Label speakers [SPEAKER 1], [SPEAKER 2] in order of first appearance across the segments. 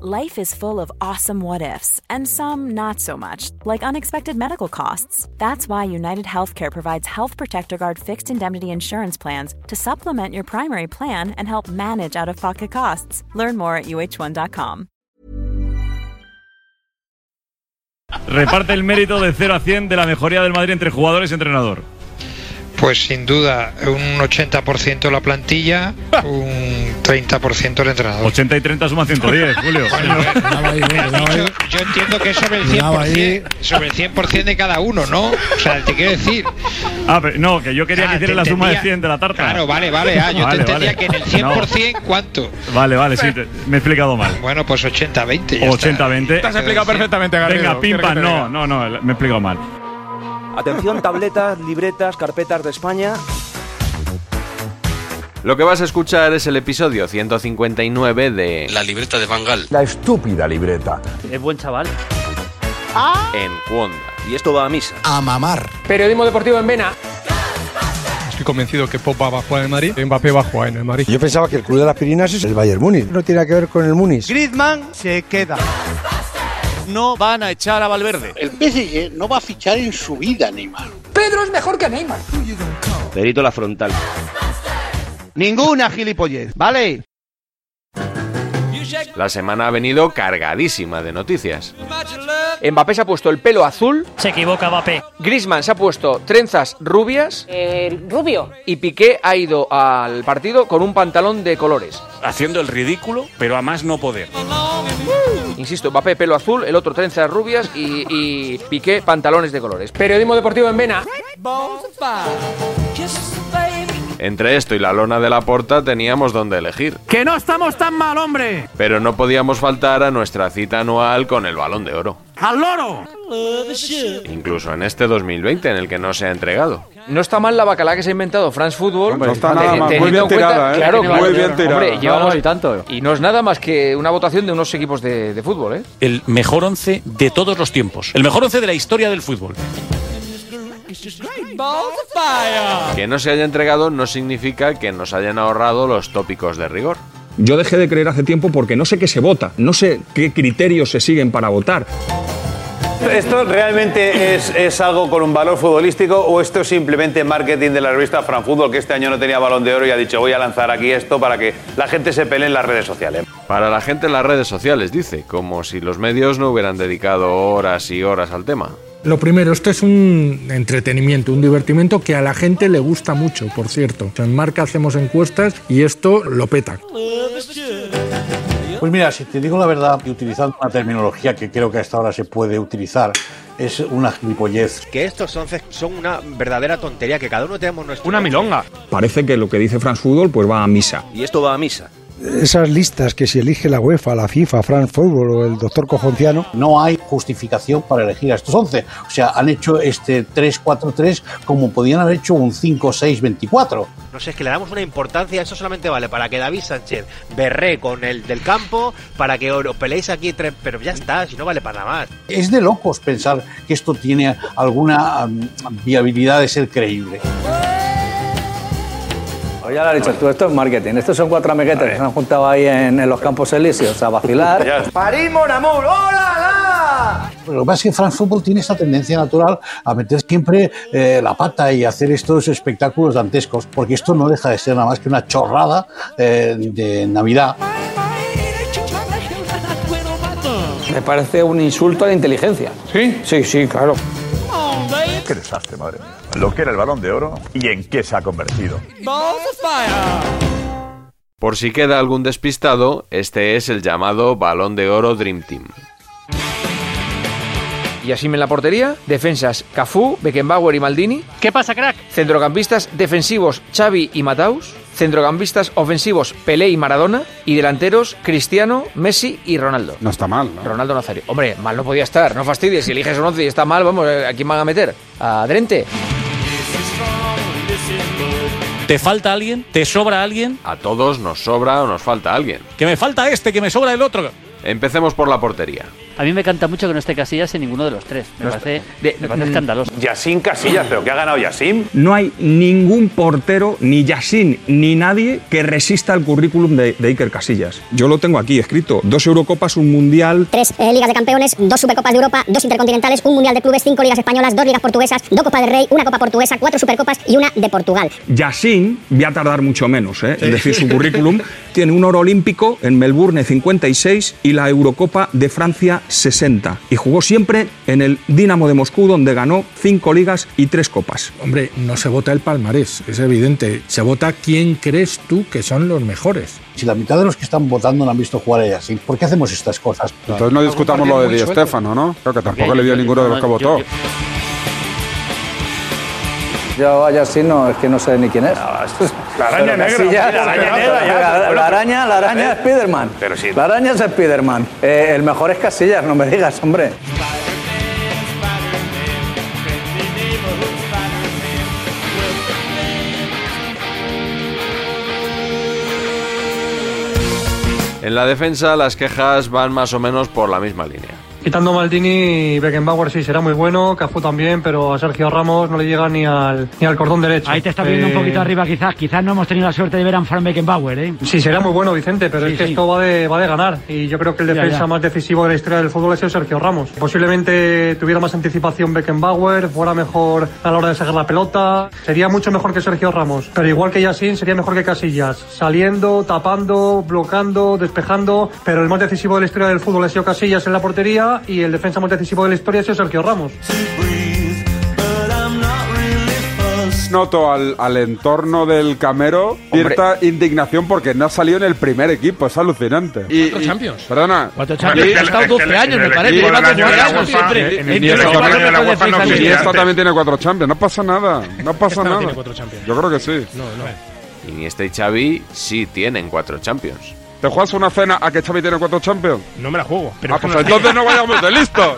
[SPEAKER 1] Life is full of awesome what ifs, and some not so much, like unexpected medical costs. That's why United Healthcare provides Health Protector Guard fixed indemnity insurance plans to supplement your primary plan and help manage out of pocket costs. Learn more at uh1.com.
[SPEAKER 2] Reparte el mérito de 0 a 100 de la mejoría del Madrid entre jugadores y entrenador.
[SPEAKER 3] Pues sin duda, un 80% la plantilla, un 30% el entrenador.
[SPEAKER 2] 80 y 30 suma 110, Julio.
[SPEAKER 3] Yo, yo entiendo que es sobre el 100%, sobre el 100 de cada uno, ¿no? O sea, te quiero decir.
[SPEAKER 2] Ah, pero no, que yo quería
[SPEAKER 3] Ah,
[SPEAKER 2] que hiciera
[SPEAKER 3] te
[SPEAKER 2] la suma de
[SPEAKER 3] entendía.
[SPEAKER 2] 100 de la tarta.
[SPEAKER 3] Claro, vale, vale. Ah, yo
[SPEAKER 2] Vale,
[SPEAKER 3] te entendía
[SPEAKER 2] vale.
[SPEAKER 3] que en el 100% cuánto.
[SPEAKER 2] Vale, vale, sí, te- me he explicado mal.
[SPEAKER 3] Bueno, pues 80-20. ya está.
[SPEAKER 2] 80-20.
[SPEAKER 4] Te has explicado perfectamente, Garrido.
[SPEAKER 2] Venga,
[SPEAKER 4] ¿Quieres
[SPEAKER 2] pimpa,
[SPEAKER 4] que te
[SPEAKER 2] no,
[SPEAKER 4] diga?
[SPEAKER 2] no, no, me he explicado mal.
[SPEAKER 5] Atención, tabletas, libretas, carpetas de España.
[SPEAKER 6] Lo que vas a escuchar es el episodio 159 de La libreta de Bangal
[SPEAKER 7] La estúpida libreta.
[SPEAKER 5] Es buen chaval.
[SPEAKER 6] Ah. en Cuonda.
[SPEAKER 5] Y esto va a misa.
[SPEAKER 8] Ah.
[SPEAKER 7] A mamar.
[SPEAKER 8] Periodismo deportivo en Vena.
[SPEAKER 4] Estoy convencido que Popa va a jugar en el Madrid. Mbappé va a jugar en el Madrid.
[SPEAKER 7] Yo pensaba que el club de las Pirinas es el Bayern Múnich. No tiene nada que ver con el Múnich.
[SPEAKER 9] Griezmann se queda. No van a echar a Valverde.
[SPEAKER 10] El PSG no va a fichar en su vida, Neymar.
[SPEAKER 8] Pedro es mejor que Neymar.
[SPEAKER 5] Perito la frontal.
[SPEAKER 9] Ninguna gilipollez, ¿vale?
[SPEAKER 6] La semana ha venido cargadísima de noticias.
[SPEAKER 8] Mbappé se ha puesto el pelo azul.
[SPEAKER 5] Se equivoca Mbappé.
[SPEAKER 8] Griezmann se ha puesto trenzas rubias. rubio. Y Piqué ha ido al partido con un pantalón de colores.
[SPEAKER 5] Haciendo el ridículo, pero a más no poder.
[SPEAKER 8] Insisto, Mbappé pelo azul, el otro trenzas rubias y, y Piqué pantalones de colores. Periodismo deportivo en Vena.
[SPEAKER 6] Entre esto y la lona de la porta teníamos donde elegir,
[SPEAKER 5] ¡Que no estamos tan mal, hombre!
[SPEAKER 6] pero no podíamos faltar a nuestra cita anual con el Balón de Oro,
[SPEAKER 5] ¡Al loro!
[SPEAKER 6] incluso en este 2020 en el que no se ha entregado.
[SPEAKER 8] No está mal la bacala que se ha inventado France Football.
[SPEAKER 4] Hombre, no está nada mal. Muy
[SPEAKER 8] teniendo
[SPEAKER 4] bien
[SPEAKER 8] en cuenta-
[SPEAKER 4] tirada, ¿eh?
[SPEAKER 8] Claro,
[SPEAKER 4] Muy
[SPEAKER 8] claro.
[SPEAKER 4] bien tirada.
[SPEAKER 8] Hombre,
[SPEAKER 4] No,
[SPEAKER 8] llevamos-
[SPEAKER 4] no, y tanto.
[SPEAKER 8] Y no es nada más que una votación de unos equipos de, de fútbol, ¿eh?
[SPEAKER 5] El mejor once de todos los tiempos. El mejor once de la historia del fútbol.
[SPEAKER 6] Que no se haya entregado no significa que nos hayan ahorrado los tópicos de rigor.
[SPEAKER 11] Yo dejé de creer hace tiempo porque no sé qué se vota, no sé qué criterios se siguen para votar.
[SPEAKER 5] ¿Esto realmente es, es algo con un valor futbolístico o esto es simplemente marketing de la revista Fran Fútbol que este año no tenía balón de oro y ha dicho voy a lanzar aquí esto para que la gente se pelee en las redes sociales?
[SPEAKER 6] Para la gente en las redes sociales, dice, como si los medios no hubieran dedicado horas y horas al tema.
[SPEAKER 12] Lo primero, esto es un entretenimiento, un divertimento que a la gente le gusta mucho, por cierto. En marca hacemos encuestas y esto lo peta.
[SPEAKER 10] Pues mira, si te digo la verdad, y utilizando una terminología que creo que hasta ahora se puede utilizar, es una gilipollez.
[SPEAKER 9] Que estos 11 son una verdadera tontería, que cada uno tenemos nuestro.
[SPEAKER 11] Una milonga. Parece que lo que dice France Football pues va a misa.
[SPEAKER 5] Y esto va a misa.
[SPEAKER 7] Esas listas que si elige la UEFA, la FIFA, France Football o el doctor Cojonciano.
[SPEAKER 10] No hay justificación para elegir a estos 11. O sea, han hecho este 3-4-3 como podían haber hecho un 5-6-24.
[SPEAKER 9] No sé, es que le damos una importancia, eso solamente vale para que David Sánchez berré con el del campo, para que os peleéis aquí tres, pero ya está, si no vale para nada más.
[SPEAKER 10] Es de locos pensar que esto tiene alguna mm, viabilidad de ser creíble.
[SPEAKER 5] Oye, lo has dicho tú, esto es marketing. Estos son cuatro amiguetes que se han juntado ahí en, los campos elíseos a vacilar.
[SPEAKER 8] París, mon amour. ¡Hola,
[SPEAKER 10] Lo que pasa es que France Football tiene esta tendencia natural a meter siempre eh, la pata y hacer estos espectáculos dantescos, porque esto no deja de ser nada más que una chorrada eh, de Navidad.
[SPEAKER 5] Me parece un insulto a la inteligencia. ¿Sí? Sí, sí, claro.
[SPEAKER 7] Qué desastre, madre mía. Lo que era el balón de oro y en qué se ha convertido.
[SPEAKER 6] Por si queda algún despistado, este es el llamado Balón de Oro Dream Team.
[SPEAKER 8] Y
[SPEAKER 13] Yassim en la portería. Defensas Cafú, Beckenbauer y Maldini. ¿Qué pasa, crack? Centrocampistas defensivos Xavi y Mataus. Centrocampistas ofensivos Pelé y Maradona. Y delanteros Cristiano, Messi y Ronaldo.
[SPEAKER 12] No está mal, ¿no?
[SPEAKER 13] Ronaldo Nazario. Hombre, mal no podía estar, no fastidies. Si eliges un once y está mal, vamos, eh, ¿a quién van a meter? A Drente.
[SPEAKER 14] ¿Te falta alguien? ¿Te sobra alguien?
[SPEAKER 6] A todos nos sobra o nos falta alguien.
[SPEAKER 14] Que me falta este, que me sobra el otro.
[SPEAKER 6] Empecemos por la portería.
[SPEAKER 15] A mí me canta mucho que no esté Casillas en ninguno de los tres. Me
[SPEAKER 16] No está.
[SPEAKER 15] parece, me parece escandaloso.
[SPEAKER 16] Yacín Casillas, pero ¿qué ha ganado Yacín?
[SPEAKER 10] No hay ningún portero, ni Yassin, ni nadie que resista al currículum de, de Iker Casillas. Yo lo tengo aquí escrito. Dos Eurocopas, un Mundial.
[SPEAKER 17] Tres eh, Ligas de Campeones, dos Supercopas de Europa, dos Intercontinentales, un Mundial de Clubes, cinco Ligas Españolas, dos Ligas Portuguesas, dos Copas del Rey, una Copa Portuguesa, cuatro Supercopas y una de Portugal.
[SPEAKER 10] Yassin, voy a tardar mucho menos, ¿eh? es decir, su currículum, tiene un oro olímpico en Melbourne 56 y la Eurocopa de Francia 60. Y jugó siempre en el Dinamo de Moscú, donde ganó cinco ligas y tres copas.
[SPEAKER 18] Hombre, no se vota el palmarés, es evidente. Se vota quién crees tú que son los mejores.
[SPEAKER 19] Si la mitad de los que están votando no han visto jugar a Yacine, ¿por qué hacemos estas cosas?
[SPEAKER 12] Entonces no discutamos lo de Di Stéfano, ¿no? Creo que tampoco le dio ninguno de los que votó.
[SPEAKER 20] Yo a Yassin no, es que no sé ni quién es.
[SPEAKER 16] La araña
[SPEAKER 20] Pero
[SPEAKER 16] negra,
[SPEAKER 20] Casillas-
[SPEAKER 16] sí, la araña negra, ya.
[SPEAKER 20] La- la,
[SPEAKER 16] Bueno,
[SPEAKER 20] araña, la araña es Spiderman.
[SPEAKER 16] Pero sí.
[SPEAKER 20] La araña es Spiderman. Eh, el mejor es Casillas, no me digas, hombre.
[SPEAKER 6] En la defensa las quejas van más o menos por la misma línea.
[SPEAKER 21] Quitando Maldini, Beckenbauer sí será muy bueno, Cafú también, pero a Sergio Ramos no le llega ni al, ni al cordón derecho.
[SPEAKER 22] Ahí te está viendo
[SPEAKER 21] Eh,
[SPEAKER 22] un poquito arriba quizás. Quizás no hemos tenido la suerte de ver a un Frank Beckenbauer, ¿eh?
[SPEAKER 21] Sí, será muy bueno Vicente, pero
[SPEAKER 22] Sí,
[SPEAKER 21] es que
[SPEAKER 22] sí.
[SPEAKER 21] esto va de, va de ganar. Y yo creo que el
[SPEAKER 22] Ya,
[SPEAKER 21] defensa
[SPEAKER 22] ya.
[SPEAKER 21] más decisivo de la historia del fútbol ha sido Sergio Ramos. Posiblemente tuviera más anticipación Beckenbauer, fuera mejor a la hora de sacar la pelota. Sería mucho mejor que Sergio Ramos. Pero igual que Yassin, sería mejor que Casillas. Saliendo, tapando, bloqueando, despejando. Pero el más decisivo de la historia del fútbol ha sido Casillas en la portería y el defensa más decisivo de la historia ha sido Sergio Ramos.
[SPEAKER 12] Noto al, al entorno del Camero cierta indignación porque no ha salido en el primer equipo, es alucinante. Y,
[SPEAKER 23] Cuatro
[SPEAKER 12] y-
[SPEAKER 23] Champions.
[SPEAKER 12] Perdona.
[SPEAKER 23] Cuatro Champions. Ha estado 12 años, me parece,
[SPEAKER 12] Y-
[SPEAKER 23] lleva
[SPEAKER 12] y-
[SPEAKER 23] 12
[SPEAKER 12] y-
[SPEAKER 23] años
[SPEAKER 12] y-
[SPEAKER 23] siempre.
[SPEAKER 12] y- y-
[SPEAKER 23] Entre
[SPEAKER 12] y-
[SPEAKER 23] los
[SPEAKER 12] y-
[SPEAKER 23] cuatro
[SPEAKER 12] y-
[SPEAKER 23] mejores defensas
[SPEAKER 12] Y
[SPEAKER 23] del
[SPEAKER 12] esta
[SPEAKER 23] mundo.
[SPEAKER 12] también tiene cuatro Champions, no pasa nada, no pasa
[SPEAKER 23] Esta Este no
[SPEAKER 12] nada.
[SPEAKER 23] tiene cuatro Champions.
[SPEAKER 12] Yo creo que sí.
[SPEAKER 6] Iniesta y Xavi sí tienen cuatro Champions.
[SPEAKER 12] ¿Te juegas una cena a que Xavi tiene cuatro Champions?
[SPEAKER 23] No me la juego.
[SPEAKER 12] ah, pues entonces no vayamos de listos.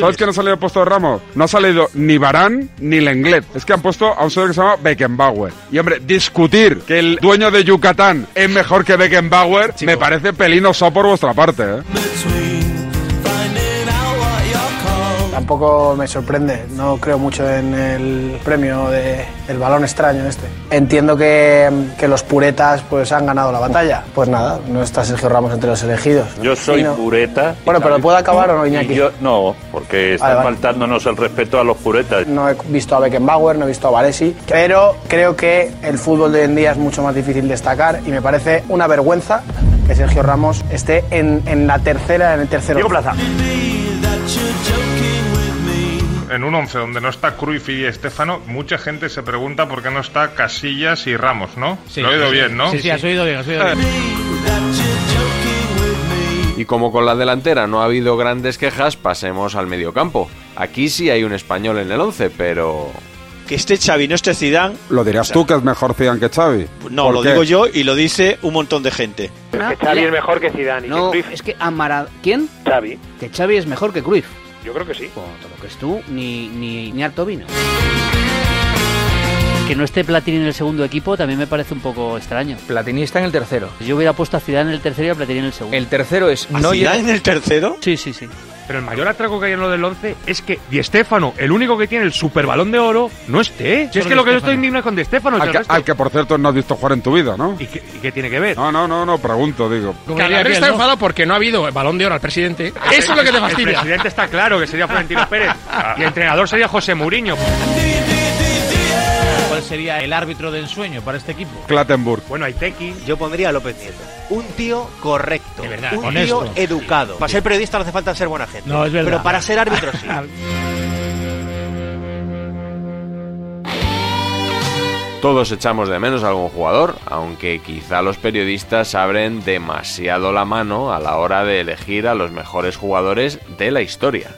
[SPEAKER 12] ¿Sabes que no ha salido puesto de Ramos? No ha salido ni Barán ni Lenglet. Es que han puesto a un señor que se llama Beckenbauer. Y hombre, discutir que el dueño de Yucatán es mejor que Beckenbauer me parece pelinoso por vuestra parte. ¿eh?
[SPEAKER 9] Tampoco me sorprende, no creo mucho en el premio de- del balón extraño este. Entiendo que, que los puretas pues han ganado la batalla. Pues nada, no está Sergio Ramos entre los elegidos.
[SPEAKER 24] Yo soy
[SPEAKER 9] Y no.
[SPEAKER 24] pureta.
[SPEAKER 9] Bueno, pero
[SPEAKER 24] ¿sabes?
[SPEAKER 9] ¿puedo acabar o no, Iñaki?
[SPEAKER 24] Y yo- no, porque están
[SPEAKER 9] Vale, vale.
[SPEAKER 24] faltándonos el respeto a los puretas.
[SPEAKER 9] No he visto a Beckenbauer, no he visto a Baresi, pero creo que el fútbol de hoy en día es mucho más difícil destacar y me parece una vergüenza que Sergio Ramos esté en, en la tercera, en el tercero.
[SPEAKER 25] Diego Plaza.
[SPEAKER 26] En un 11 donde no está Cruyff y Estefano, mucha gente se pregunta por qué no está Casillas y Ramos, ¿no? Lo he oído bien, ¿no?
[SPEAKER 23] Sí, sí, has oído bien, has oído bien.
[SPEAKER 6] Y como con la delantera no ha habido grandes quejas, pasemos al mediocampo. Aquí sí hay un español en el 11, pero...
[SPEAKER 27] Que este Xavi no esté Zidane,
[SPEAKER 12] Lo dirás tú que es mejor Zidane que Xavi.
[SPEAKER 27] no,
[SPEAKER 12] ¿Por
[SPEAKER 27] lo
[SPEAKER 12] qué?
[SPEAKER 27] digo yo y lo dice un montón de gente.
[SPEAKER 28] Que Xavi es mejor que Zidane.
[SPEAKER 3] No, es que Amara... ¿Quién? Xavi. Que Xavi es mejor que Cruyff.
[SPEAKER 28] Yo creo que sí.
[SPEAKER 3] Lo que es tú, ni, ni, ni harto vino.
[SPEAKER 15] Que no esté Platini en el segundo equipo también me parece un poco extraño.
[SPEAKER 13] Platini está en el tercero.
[SPEAKER 15] Yo hubiera puesto a Zidane en el tercero y a Platini en el segundo.
[SPEAKER 13] El tercero es...
[SPEAKER 15] ¿A
[SPEAKER 13] no
[SPEAKER 15] Zidane
[SPEAKER 13] llega-
[SPEAKER 27] en el tercero?
[SPEAKER 15] Sí, sí, sí.
[SPEAKER 23] Pero el mayor atraco que hay en lo del 11 es que Di Stéfano, el único que tiene el super balón de oro, no esté. Si es
[SPEAKER 12] Solo
[SPEAKER 23] que lo que
[SPEAKER 12] Di
[SPEAKER 23] yo
[SPEAKER 12] Stéfano.
[SPEAKER 23] estoy indignado es con Di Stéfano, si
[SPEAKER 12] Al
[SPEAKER 23] el
[SPEAKER 12] que,
[SPEAKER 23] resto-
[SPEAKER 12] al que, por cierto no has visto jugar en tu vida, ¿no?
[SPEAKER 23] ¿Y qué, y qué tiene que ver?
[SPEAKER 12] No, no, no, no, pregunto, digo.
[SPEAKER 23] diría
[SPEAKER 26] que
[SPEAKER 23] que
[SPEAKER 26] está
[SPEAKER 23] no.
[SPEAKER 26] enfadado porque no ha habido balón de oro al presidente.
[SPEAKER 12] Ah,
[SPEAKER 23] Eso es lo que te fastidia. El presidente está claro que sería Florentino Pérez.
[SPEAKER 29] Ah.
[SPEAKER 23] Y el entrenador sería José Mourinho.
[SPEAKER 29] ¿Cuál sería el árbitro de ensueño para este equipo?
[SPEAKER 12] Clattenburg.
[SPEAKER 23] Bueno, hay Tequi.
[SPEAKER 30] Yo pondría a López Nieto. Un tío correcto. un
[SPEAKER 29] honesto.
[SPEAKER 30] tío educado. Para ser periodista no hace falta ser buena gente.
[SPEAKER 29] No, es verdad.
[SPEAKER 30] Pero para ser árbitro sí.
[SPEAKER 6] Todos echamos de menos a algún jugador, aunque quizá los periodistas abren demasiado la mano a la hora de elegir a los mejores jugadores de la historia.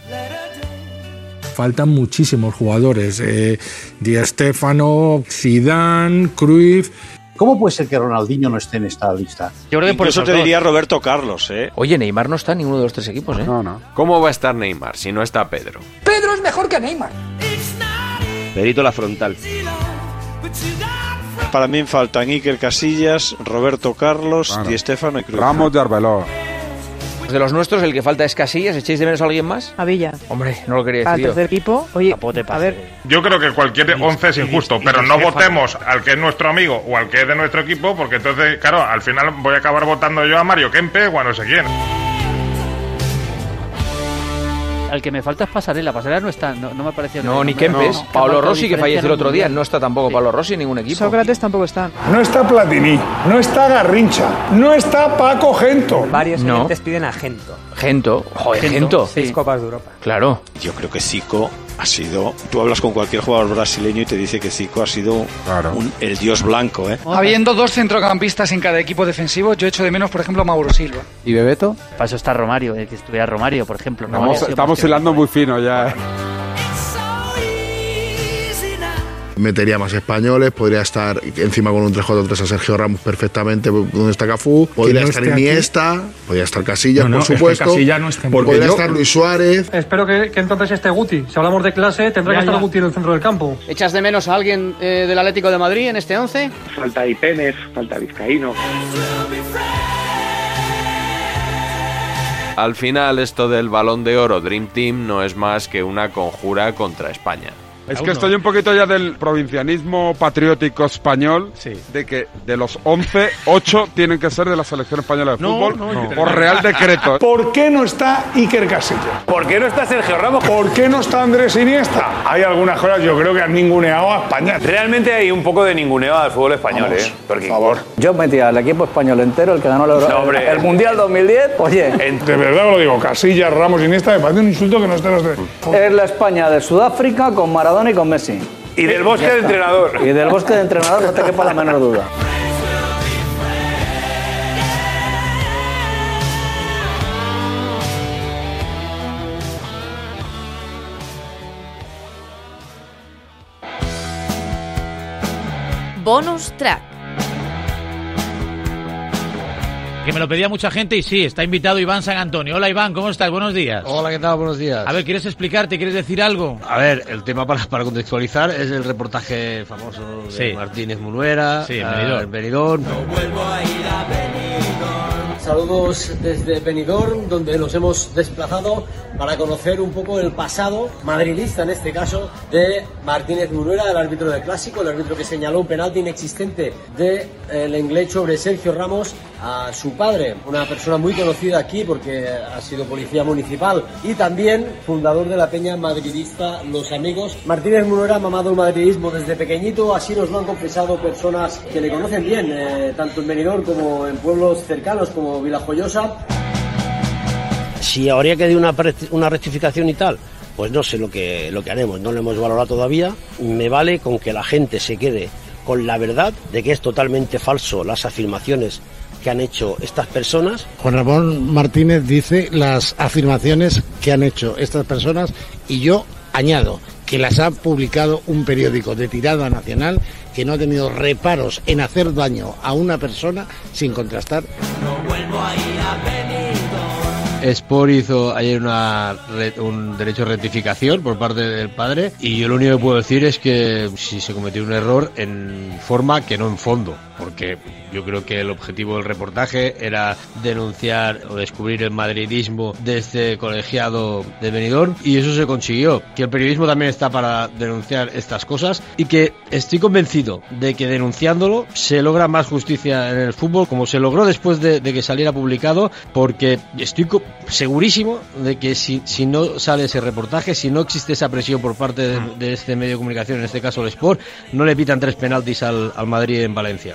[SPEAKER 12] Faltan muchísimos jugadores. Eh, Di Stefano, Zidane, Cruyff.
[SPEAKER 31] ¿Cómo puede ser que Ronaldinho no esté en esta lista?
[SPEAKER 32] Yo creo que por Incluso esos te dos. diría Roberto Carlos, ¿eh?
[SPEAKER 33] Oye, Neymar no está en ninguno de los tres equipos, ¿eh? No, no.
[SPEAKER 6] ¿Cómo va a estar Neymar si no está Pedro?
[SPEAKER 34] Pedro es mejor que Neymar.
[SPEAKER 32] Perito la frontal. Para mí faltan Iker Casillas, Roberto Carlos,
[SPEAKER 35] Claro.
[SPEAKER 32] Di Stefano y Cruz.
[SPEAKER 35] Ramos de Arbeloa.
[SPEAKER 33] Pues De los nuestros, el que falta es Casillas. ¿Echáis de menos a alguien más?
[SPEAKER 36] A Villa.
[SPEAKER 33] Hombre, no lo quería
[SPEAKER 36] Al
[SPEAKER 33] decir. yo.
[SPEAKER 36] tercer equipo. Oye, a ver.
[SPEAKER 37] Yo creo que cualquier once es injusto, pero no Estefano. votemos al que es nuestro amigo o al que es de nuestro equipo, porque entonces, claro, al final voy a acabar votando yo a Mario Kempe o a no sé quién.
[SPEAKER 38] Al que me falta es Pasarela. Pasarela no está, no, no me ha parecido.
[SPEAKER 33] No, ni Kempes.
[SPEAKER 38] Kempes.
[SPEAKER 33] Paolo Rossi, que falleció el otro día. No está tampoco Paolo Rossi en ningún equipo.
[SPEAKER 36] Sócrates tampoco está.
[SPEAKER 39] No está Platini, no está Garrincha, no está Paco Gento. Varios
[SPEAKER 33] No. oyentes
[SPEAKER 39] piden a Gento.
[SPEAKER 33] Gento. Joder, Gento.
[SPEAKER 39] Copas de Europa.
[SPEAKER 33] Claro.
[SPEAKER 32] Yo creo que Zico ha sido. Tú hablas con cualquier jugador brasileño y te dice que Zico ha sido un- el dios blanco, ¿eh?
[SPEAKER 3] Habiendo dos centrocampistas en cada equipo defensivo, yo echo de menos, por ejemplo, a Mauro Silva.
[SPEAKER 33] ¿Y Bebeto?
[SPEAKER 38] Para eso está Romario, eh, que estuviera Romario, por ejemplo. Romario
[SPEAKER 35] Estamos,
[SPEAKER 38] sí,
[SPEAKER 35] estamos
[SPEAKER 38] hostia.
[SPEAKER 35] hilando muy fino ya. ¿eh?
[SPEAKER 1] Metería más españoles, podría estar encima con un 3-4-3 a Sergio Ramos perfectamente, donde está Cafú, podría
[SPEAKER 39] no
[SPEAKER 1] estar
[SPEAKER 39] esté aquí.
[SPEAKER 1] Iniesta, podría estar Casillas,
[SPEAKER 39] No, no,
[SPEAKER 1] por
[SPEAKER 39] es que
[SPEAKER 1] supuesto,
[SPEAKER 39] Casillas no está en
[SPEAKER 1] podría
[SPEAKER 39] Porque yo-
[SPEAKER 1] estar Luis Suárez.
[SPEAKER 3] Espero que, entonces esté Guti. Si hablamos de clase, tendrá que estar Guti en el centro del campo.
[SPEAKER 40] ¿Echas de menos a alguien eh, del Atlético de Madrid en este 11?
[SPEAKER 41] Falta Ipenes, falta Vizcaíno.
[SPEAKER 6] Al final esto del balón de oro Dream Team no es más que una conjura contra España.
[SPEAKER 35] Es que estoy un poquito ya del provincianismo patriótico español, de que de los 11, 8 tienen que ser de la selección española de
[SPEAKER 39] No,
[SPEAKER 35] fútbol
[SPEAKER 39] no, hay que
[SPEAKER 35] por
[SPEAKER 39] tener-
[SPEAKER 35] real decreto.
[SPEAKER 39] ¿Por qué no está Iker Casillas?
[SPEAKER 37] ¿Por qué no está Sergio Ramos?
[SPEAKER 39] ¿Por qué no está Andrés Iniesta? Hay algunas cosas yo creo que han ninguneado a España.
[SPEAKER 42] Realmente hay un poco de ninguneo al fútbol español,
[SPEAKER 1] Vamos,
[SPEAKER 42] ¿eh? Porque
[SPEAKER 1] favor. Yo metía al equipo español entero, el que ganó la Euro-
[SPEAKER 42] No, hombre.
[SPEAKER 1] el Mundial 2010. Oye,
[SPEAKER 39] De verdad lo digo, Casillas, Ramos y Iniesta me parece un insulto que no estén los tres.
[SPEAKER 1] es la España de Sudáfrica con Maradona y con Messi.
[SPEAKER 42] Y del bosque
[SPEAKER 1] Ya
[SPEAKER 42] de
[SPEAKER 1] está.
[SPEAKER 42] entrenador.
[SPEAKER 1] Y del bosque de entrenador, no te quepa la menor duda. Bonus track.
[SPEAKER 43] Que me lo pedía mucha gente y sí, está invitado Iván San Antonio. Hola Iván, ¿cómo estás? Buenos días.
[SPEAKER 10] Hola, ¿qué tal? Buenos días.
[SPEAKER 43] A ver, ¿quieres explicarte? ¿Quieres decir algo?
[SPEAKER 10] A ver, el tema para, para contextualizar es el reportaje famoso de
[SPEAKER 43] Sí.
[SPEAKER 10] Martínez Munuera,
[SPEAKER 43] Sí, en
[SPEAKER 10] a-
[SPEAKER 43] Benidorm.
[SPEAKER 10] en Benidorm.
[SPEAKER 9] Saludos desde Benidorm, donde nos hemos desplazado para conocer un poco el pasado madridista, en este caso, de Martínez Muruera, el árbitro del clásico, el árbitro que señaló un penalti inexistente del eh, el inglés sobre Sergio Ramos a su padre, una persona muy conocida aquí porque ha sido policía municipal y también fundador de la peña madridista Los Amigos. Martínez Muruera ha mamado el madridismo desde pequeñito, así nos lo han confesado personas que le conocen bien, eh, tanto en Benidorm como en pueblos cercanos como Villajoyosa. Si habría que dar una, pre- una rectificación y tal, pues no sé lo que, lo que haremos, no lo hemos valorado todavía. Me vale con que la gente se quede con la verdad de que es totalmente falso las afirmaciones que han hecho estas personas.
[SPEAKER 44] Juan Ramón Martínez dice las afirmaciones que han hecho estas personas y yo añado que las ha publicado un periódico de tirada nacional que no ha tenido reparos en hacer daño a una persona sin contrastar.
[SPEAKER 10] Sport hizo ayer una re- un derecho de rectificación por parte del padre y yo lo único que puedo decir es que si se cometió un error en forma que no en fondo, porque yo creo que el objetivo del reportaje era denunciar o descubrir el madridismo de este colegiado de Benidorm y eso se consiguió, que el periodismo también está para denunciar estas cosas y que estoy convencido de que denunciándolo se logra más justicia en el fútbol como se logró después de, de que saliera publicado porque estoy co- segurísimo de que si, si no sale ese reportaje, si no existe esa presión por parte de, de este medio de comunicación, en este caso el Sport, no le pitan tres penaltis al, al Madrid en Valencia.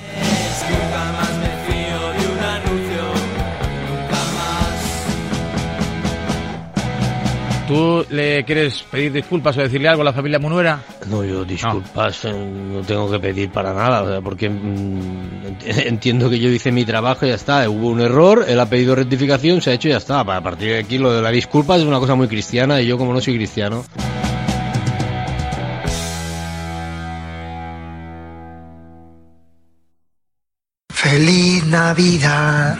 [SPEAKER 10] ¿Tú le quieres pedir disculpas o decirle algo a la familia Munuera?
[SPEAKER 45] No, yo disculpas, eh, no. tengo que pedir para nada, o sea, porque mm, ent- entiendo que yo hice mi trabajo y ya está. Hubo un error, él ha pedido rectificación, se ha hecho y ya está. A partir de aquí, lo de la disculpa es una cosa muy cristiana y yo, como no soy cristiano.
[SPEAKER 12] Feliz Navidad.